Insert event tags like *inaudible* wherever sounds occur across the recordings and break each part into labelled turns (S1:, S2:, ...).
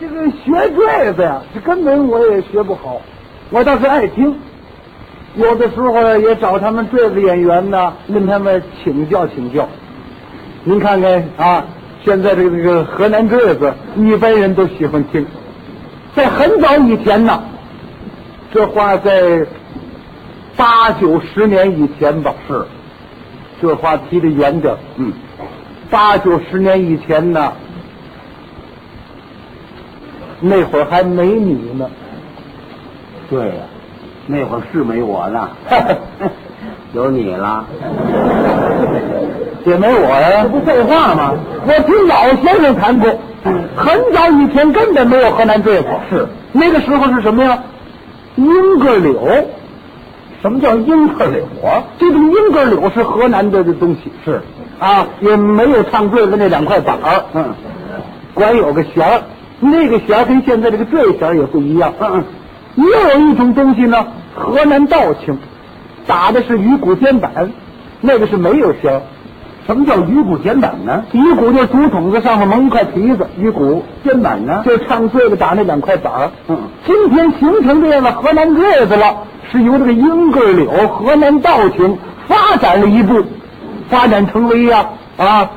S1: 这个学坠子呀，是根本我也学不好。我倒是爱听，有的时候也找他们坠子演员呢，跟他们请教请教。您看看啊，现在这个这个河南坠子，一般人都喜欢听。在很早以前呢，这话在八九十年以前吧，
S2: 是，
S1: 这话提的严点儿。
S2: 嗯，
S1: 八九十年以前呢，那会儿还没你呢。
S2: 对呀、那会儿是没
S1: *laughs*
S2: 我呢，有你了。
S1: 也没我呀，这不废话吗？我听老先生谈过，很早以前根本没有河南坠子。
S2: 嗯是
S1: 那个时候是什么呀？英格柳，
S2: 什么叫英特柳啊？
S1: 这种英格柳是河南的这东西
S2: 是，
S1: 啊，也没有唱坠子那两块板儿，
S2: 嗯，
S1: 管有个弦儿，那个弦儿跟现在这个坠弦儿也不一样。
S2: 嗯嗯，
S1: 又有一种东西呢，河南道情，打的是鱼骨肩板，那个是没有弦儿。
S2: 什么叫鱼骨简板呢？
S1: 鱼骨就是竹筒子上面蒙一块皮子，鱼骨
S2: 肩板呢？
S1: 就是唱坠子打那两块板儿。
S2: 嗯，
S1: 今天形成这样的河南坠子了，是由这个英格柳河南道情发展了一步，发展成为呀啊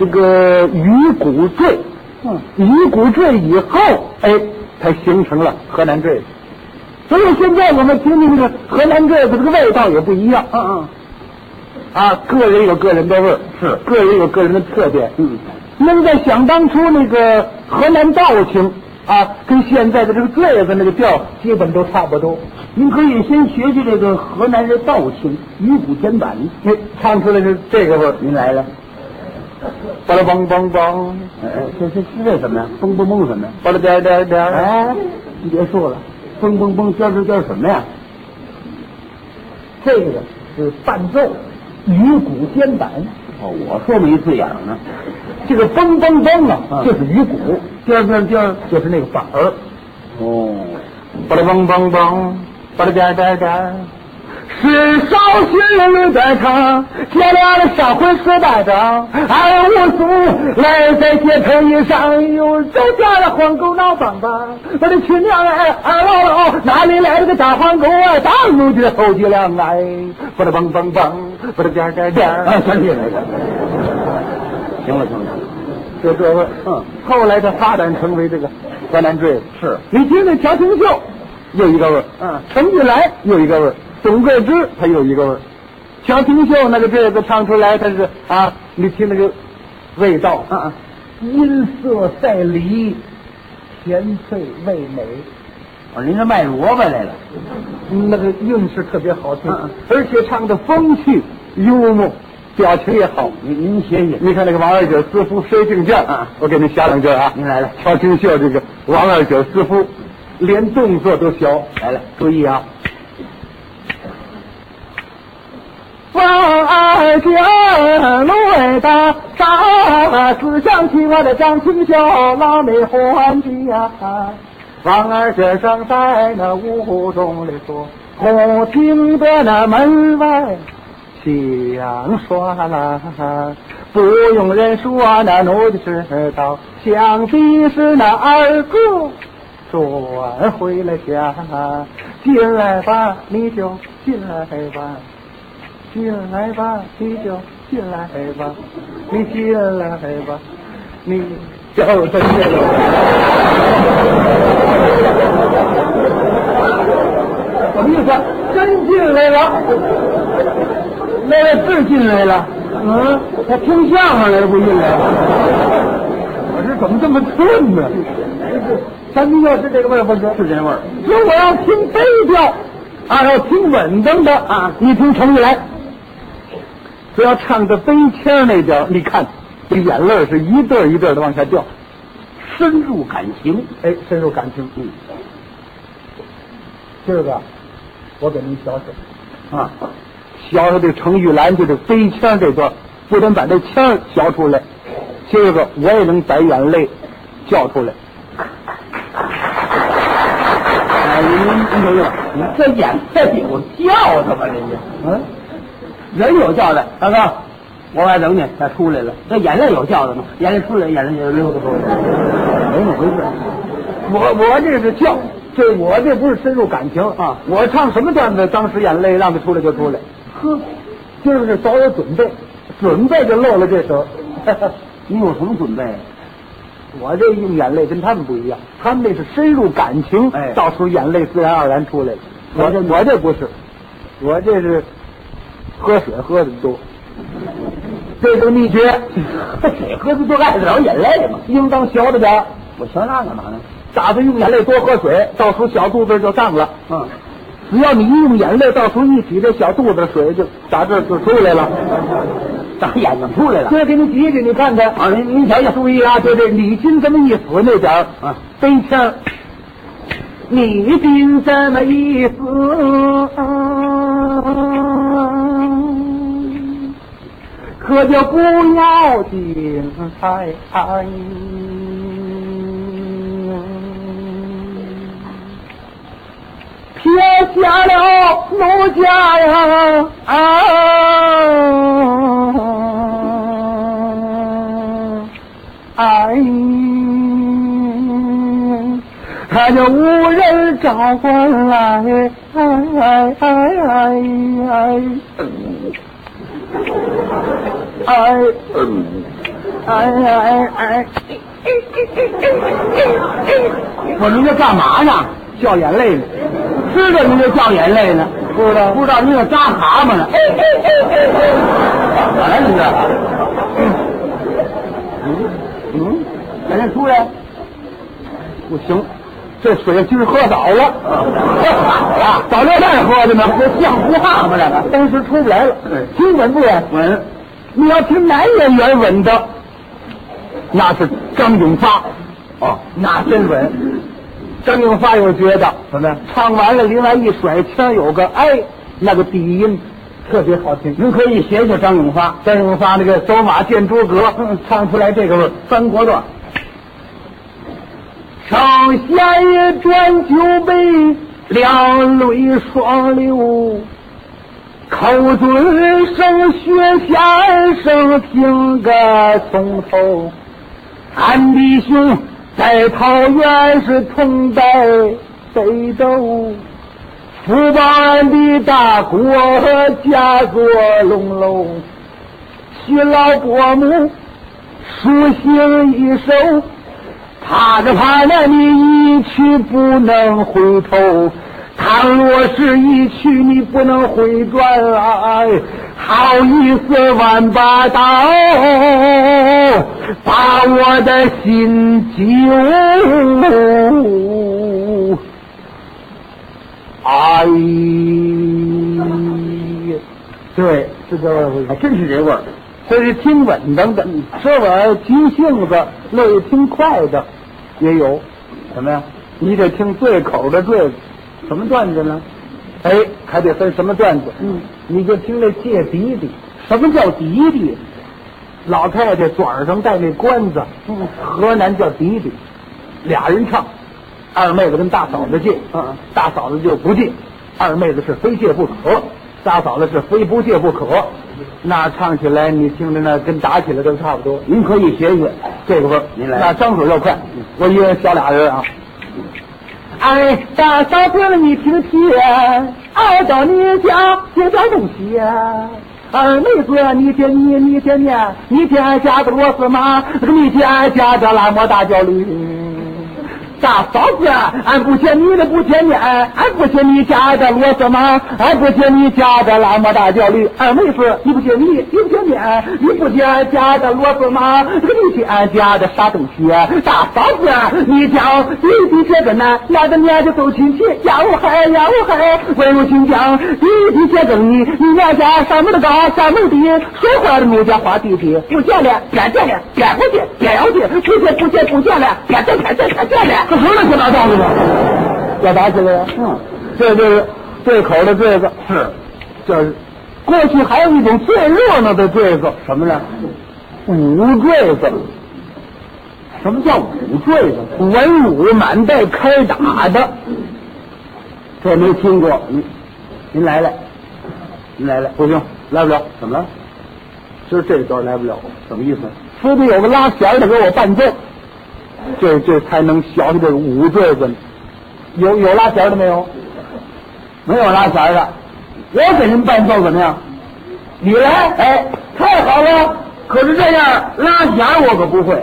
S1: 这个鱼骨坠。
S2: 嗯，
S1: 鱼骨坠以后，哎，才形成了河南坠子。所以现在我们听听这个河南坠子，这个味道也不一样
S2: 嗯嗯，
S1: 啊。个人有个人的味儿，
S2: 是
S1: 个人有个人的特点。
S2: 嗯，
S1: 那么在想当初那个河南道情啊，跟现在的这个坠子那个调基本都差不多。
S2: 您可以先学学这个河南人道情鱼骨肩板。
S1: 那哎唱出来是这个味儿，
S2: 您来了，
S1: 巴拉梆梆梆，
S2: 哎，哎这这这为什么呀？蹦蹦蹦什么呀？
S1: 巴拉颠颠颠。哎，
S2: 哎，你别说了，蹦蹦蹦，颠儿颠儿颠儿什么呀？
S1: 这个是伴奏，鱼骨肩板。
S2: 哦，我说没字眼儿呢。
S1: 这个梆梆梆啊，
S2: 嗯
S1: 就是鱼骨，颠颠颠就是那个板儿，
S2: 哦，
S1: 巴拉梆梆梆，巴拉颠颠颠。是绍兴人的他，结了了上回四大张，俺武松来在街头一上，又再加了黄狗闹梆梆，我的亲娘哎，俺姥姥哪里来了个大黄狗啊？大牛的后脊梁哎，不啦梆梆梆，不啦颠颠颠。
S2: 啊，全起来了。行了行了，
S1: 就这味儿。
S2: 嗯，
S1: 后来它发展成为这个河南坠子。
S2: 是
S1: 你听那乔清秀有一个味儿，
S2: 嗯
S1: 陈玉来有一个味儿，董桂芝它有一个味儿。乔清秀那个坠子唱出来，它是啊，你听那个味道，
S2: 啊啊，
S1: 音色赛梨，甜脆味美，啊
S2: 哦，您这卖萝卜来了。
S1: 那个韵是特别好听，
S2: 嗯嗯
S1: 而且唱的风趣幽默，表情也好。
S2: 您您写写，
S1: 你看那个王二姐私夫塞进卷
S2: 嗯
S1: 我给您下两句啊。
S2: 您来了
S1: 乔清秀这个王二姐私夫，连动作都学
S2: 来了
S1: 注意啊。王二姐泪打沙，只想起我的张清秀老没还的呀。王二姐正在那屋中里说，忽听得那门外响唰啦，不用人说，啊那奴的呃知道，想必是那二哥转回了家。进来吧，你就进来吧，进来吧，你就进来吧，你进来吧，你就真的。什么意思？真进来了。那位是进来了，嗯，他听相声来了不进来了？我这怎么这么寸呢？咱们要是这个味儿不是？
S2: 是这味儿。
S1: 如果要听悲调，啊，要听稳当的啊，你听程玉来，只要唱到悲腔那边儿，你看这眼泪儿是一对儿一对的往下掉，
S2: 深入感情。
S1: 哎，深入感情。
S2: 嗯
S1: 今儿个，我给您瞧瞧。
S2: 啊，
S1: 学学这程玉兰就这飞腔这段，不但把这腔儿学出来，今儿个我也能把眼泪叫出来。
S2: 哎，您您等等，您这眼袋有叫的吗？人家
S1: 嗯，
S2: 人有叫的，大哥，我外等你，他出来了。这眼泪有叫的吗？眼泪出来，眼泪就溜达出来，没那么回事。
S1: 我我这是叫，这我这不是深入感情
S2: 啊
S1: 我唱什么段子，当时眼泪让它出来就出来，
S2: 呵，
S1: 就是早有准备，准备就漏了这手。 *laughs*
S2: 你有什么准备？
S1: 啊我这用眼泪跟他们不一样，他们那是深入感情，
S2: 哎
S1: 到时候眼泪自然而然出来了。我
S2: 我
S1: 这
S2: 这
S1: 我这不是，我这是喝水喝的多，这是个秘诀。 *laughs*
S2: 喝水喝的多爱得了眼泪嘛。
S1: 应当学着点儿，
S2: 我学那干嘛呢？
S1: 打算用眼泪多喝水，到时候小肚子就胀了。
S2: 嗯，
S1: 只要你一用眼泪，到时候一挤这小肚子水就打这儿就出来了。
S2: 长眼睛出来了。
S1: 这给你挤挤，你看看
S2: 啊您您瞧瞧
S1: 注意啊，就这李金这么一死那点儿
S2: 啊，
S1: 悲腔儿。你今这么一死，可就不要紧哎。撇下了奴家呀，啊！哎，他就无人找过来，哎哎哎哎哎，哎哎哎哎，
S2: 我您这干嘛呢？
S1: 掉眼泪了，
S2: 知道您这掉眼泪呢，
S1: 不知道
S2: 不知道您这扎蛤蟆呢。怎么了您这？嗯嗯，赶紧出来！
S1: 不行，这水今儿喝早了，
S2: 好了，
S1: 早六点喝的呢，
S2: 这像话吗？这个
S1: 当时出不来了
S2: 对，
S1: 听稳不稳？
S2: 稳，
S1: 你要听男演员稳的，那是张永发，
S2: 哦，
S1: 那真稳。张永发有觉得
S2: 怎么样？
S1: 唱完了，另外一甩腔有个哎，那个底音特别好听。
S2: 您可以学学张永发
S1: 张永发那嗯个走马见诸葛，唱出来这个味儿。
S2: 三
S1: *laughs*
S2: 国段，
S1: 手下一转酒杯，两泪双流，口尊声学先生听个从头。俺弟兄在桃园是同在北斗，福报俺的大国家作隆隆，徐老伯母书信一手。怕着怕着你一去不能回头，倘若是一去你不能回转来，好一思万把刀，把我的心揪。哎，对，哎是这么回事
S2: 还。真是这味儿。
S1: 这是听稳当的，说我急性子，乐意听快的，也有。
S2: 什么呀？
S1: 你得听对口的对子，
S2: 什么段子呢？
S1: 哎，还得分什么段子。
S2: 嗯，
S1: 你就听那借鼻涕，什么叫鼻涕？老太太嘴儿上戴那冠子，
S2: 嗯
S1: 河南叫鼻涕。俩人唱，二妹子跟大嫂子借，
S2: 嗯
S1: 大嫂子就不借，二妹子是非借不可，大嫂子是非不借不可。那唱起来，你听着那跟打起来都差不多。
S2: 您可以学学。
S1: 这个味儿，
S2: 您来
S1: 那张嘴要快，我一人小俩人啊。哎，大嫂子，你听听，啊二到你家捡点东西呀。二妹子，你听你你听你，你听俺家的螺丝麻，你听俺家的拉磨大脚驴。大嫂子，啊俺不嫌你的不嫌你，哎俺不嫌你家的螺丝麻，俺不嫌你家的拉磨大脚驴。二妹子，你不嫌你，你不嫌你，哎你不嫌俺家的螺丝麻，你嫌俺家的啥东西？大嫂子，啊你讲弟弟这个男，哪个年就走亲戚，呀呜嗨呀呜嗨，温柔亲讲，弟弟这个你，你娘家上门的高，上门低，说话的奴家花弟弟，不见了，别见了，别回去，别要去，不见不见不见了，别见别见别见了，这不是跟哪道理吗？要打起来呀！
S2: 嗯，
S1: 这就是对口的对子，
S2: 是
S1: 就是过去还有一种最热闹的对子，
S2: 什么呢？
S1: 五坠子，
S2: 什么叫五坠子？
S1: 文武满带开打的，
S2: 这没听过，您您来来，您来来，不行，来不了，怎么了？
S1: 今儿这段来不了，
S2: 什么意思？
S1: 非得有个拉弦儿的给我伴奏。
S2: 这这才能学学这个五对子。
S1: 有有拉弦的没有？
S2: 没有拉弦的，我给您伴奏怎么样？
S1: 你来，
S2: 哎，太好了！可是这样拉弦我可不会，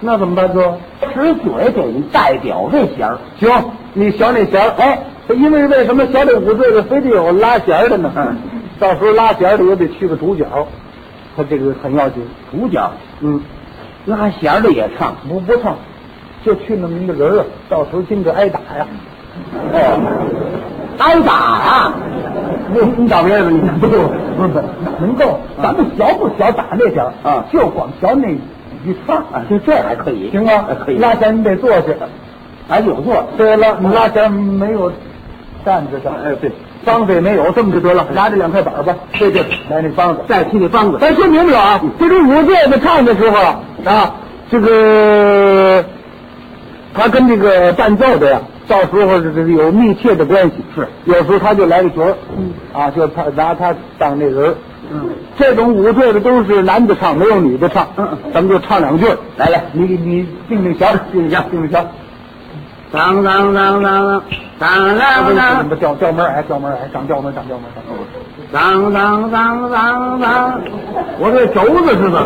S1: 那怎么办奏？
S3: 使嘴给人代表这弦儿，
S2: 行，你学那弦儿哎，因为为什么学这五对子非得有拉弦儿的呢？
S3: 嗯
S2: 到时候拉弦儿的也得去个主角，他这个很要紧。
S3: 主角
S2: 嗯，
S3: 拉弦儿的也唱，
S1: 不不唱，就去那么一个人儿啊，到时候经着挨打呀。
S3: 哦，挨打啊！
S2: 你你找别人吧，你
S1: 不是不是，能够，咱们小不小打那点儿
S3: 啊
S1: 就光小那一串儿，
S3: 啊，就这还可以，
S1: 行吗
S3: 哎？可以，
S1: 拉弦你得坐下。
S3: 还有座，
S1: 对了，你拉弦没有站着的，
S2: 哎对，
S1: 梆子也没有，这么就得了。拿这两块板儿吧，
S2: 对对，
S1: 来那梆子。
S2: 再提那梆子。
S1: 咱说明了啊，这个五对子唱的时候啊，啊，这个他跟这个伴奏的呀，到时候这这有密切的关系。
S2: 是，
S1: 有时候他就来个角儿，啊，就他拿他当那人儿。
S2: 嗯，
S1: 这种舞对的都是男的唱，没有女的唱。
S2: 嗯嗯
S1: 咱们就唱两句。
S2: 来来，
S1: 你你定定弦，定定弦，定定弦。
S2: 当当当当当当
S1: 怎么调调门儿哎，调门儿哎，长调门儿长调门儿长调门儿
S2: 当当当当当，我这轴子是怎么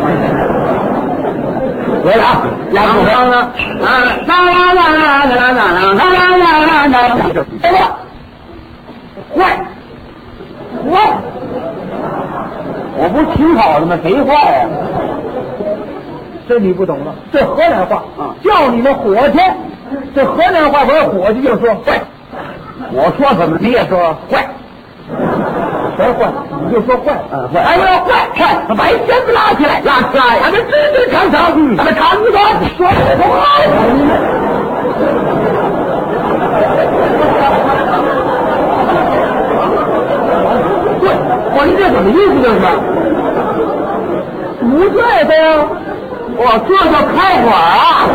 S2: 回
S1: 来了啊，
S2: 当
S1: 压住了。
S2: 当当当当当当当当当当当。
S1: 哎呀，坏，坏。
S3: 我不是挺好的吗？谁坏呀？
S1: 这你不懂了，这河南话
S3: 啊
S1: 叫你们伙计，这河南话管伙计就说坏，
S3: 我说怎么你也说坏，
S1: 全坏，你就说坏，
S3: 嗯坏
S1: 哎呦坏坏，把一鞭子拉起来，拉起来，咱们支支长长，
S3: 嗯
S1: 咱们长短说的不好。
S3: 对，我说这怎么意思这是？
S1: 不对的呀，
S3: 我这叫开馆啊！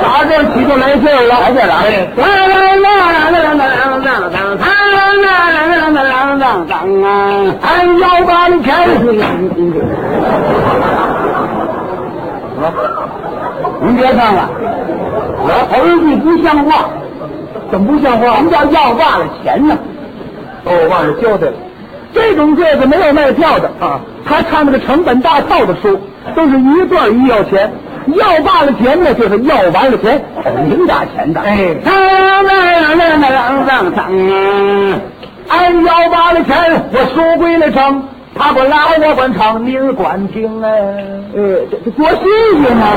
S3: 打这起就来劲儿了，来劲儿了！
S1: 俺要把你开除。
S3: 您别唱了，我头句不像话，
S1: 怎么不像话
S3: 什？么叫要罢了钱呢？
S1: 哦，忘了交代了。这种坠子没有卖票的啊，他唱那个成本大套的书，都是一段一要钱，要罢了钱呢，就是要完了钱。
S3: 零打钱的。
S1: 哎
S3: 哎，
S1: 俺要罢了钱，我书归了成，他管拉我管唱，你儿管听哎。
S3: 呃，这这多新鲜啊！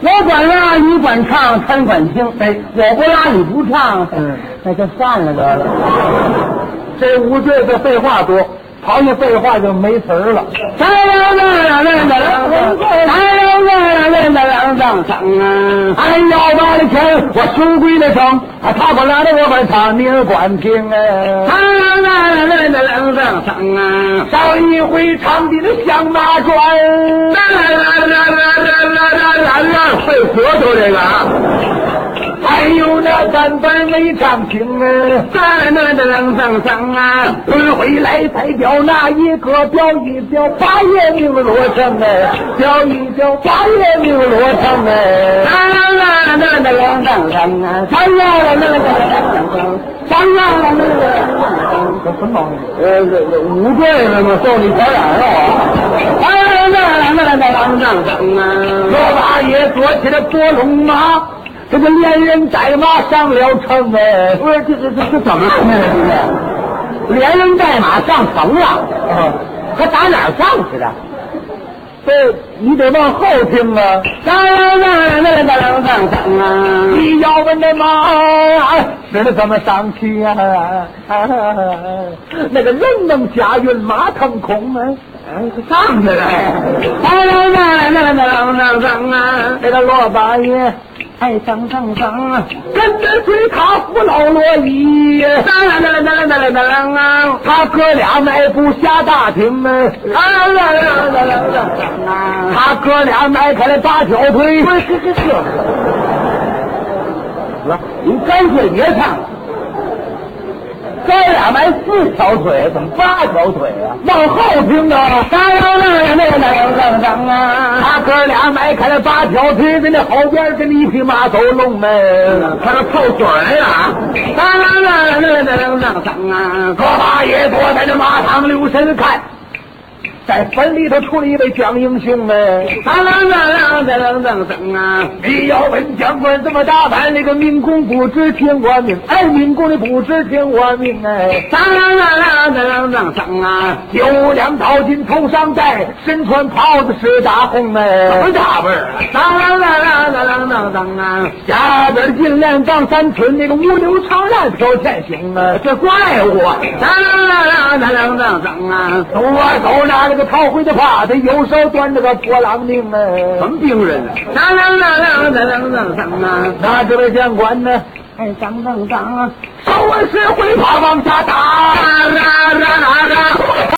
S3: 我管拉，你管唱，他管听。哎，我不拉，你不唱，
S1: 嗯，
S3: 那就算了得了。
S1: 这无坠子废话多，刨下废话就没词儿了。
S3: 哎呀，那那那那，哎呀，那那那那那，啊！
S1: 俺要罢了钱，我书归了成，啊，他管拉我管唱，你儿管听哎。
S3: 哎呀，那那那那那啊！
S1: 上一回唱的那响马
S3: 啦啦啦啦啦啦啦
S1: 转。
S3: 啦啦啦！费舌头这个啊！
S1: 还有那三本没唱清啊，
S3: 啦啦啦啦啦啊！
S1: 轮回来才表那一个表一表八月命罗成哎，表一表八月命罗成哎，
S3: 啦啦啦啦啦啦啦啊！三呀啦啦啦啦！三呀啦啦啦！
S1: 这什么毛病？
S3: 呃，五对了吗？受你传染了我。啦啦啦啦啦啦
S1: 罗
S3: 啊！
S1: 八爷捉起了波龙马，这个连人带马上了城哎，
S3: 不是这这这这怎么了？这是连人带马上城了，
S1: 啊，
S3: 还打哪儿上去的？
S1: 这你得往后听啊，
S3: 啦啦啦啦啦啦啊！
S1: 你要问那哎马使得咱们上去啊，那个人能驾云马腾空啊。
S3: 上去了！哎呀呀呀呀呀啊！
S1: 那个罗八爷
S3: 哎，上上上啊！
S1: 跟着追他扶老罗衣，
S3: 当啷当啷当啷当啷当啷啊！
S1: 他哥俩迈步下大厅啊，
S3: 啊啦啦啦啦啦啦啊！
S1: 他哥俩迈开了大条腿。
S3: 不是这这这，您干脆别唱了。
S1: 哥俩迈四条腿，怎么八条腿啊？
S3: 往后听着了，当啷啷那个啷啷啷啊！
S1: 他哥俩迈开了八条腿，跟那后边跟一匹马走龙门，嗯他这凑嘴儿啊。
S3: 当啷啷那个啷啷啷啊！
S1: 哥八爷坐在这马场留神看，在坟里头出了一位蒋英雄哎。
S3: 当啊啷啷啷啷啷啷啊！
S1: 李耀文将官这么大胆，那个民工不知天我命，哎，民工的不知天我命哎。
S3: 当啷啷啷啷啷啷啊！
S1: 九两淘金头上戴，身穿袍子是大红哎。什么大辈儿啊？
S3: 当啷啷啷啷啷啷啊！
S1: 下边金链杠三寸，那个五柳长髯飘前行啊，这怪物啊！
S3: 当啷啷啷啷啯啊！
S1: 走啊走，拿了个炮灰的耙子，右手端着个拨浪命哎。什么兵人啊？
S3: 当啷啷啷啷啷啷啊！
S1: 那这位将官呢？
S3: 哎，当当当啊！
S1: 手是挥耙往下打。
S3: 啊啊啊啊！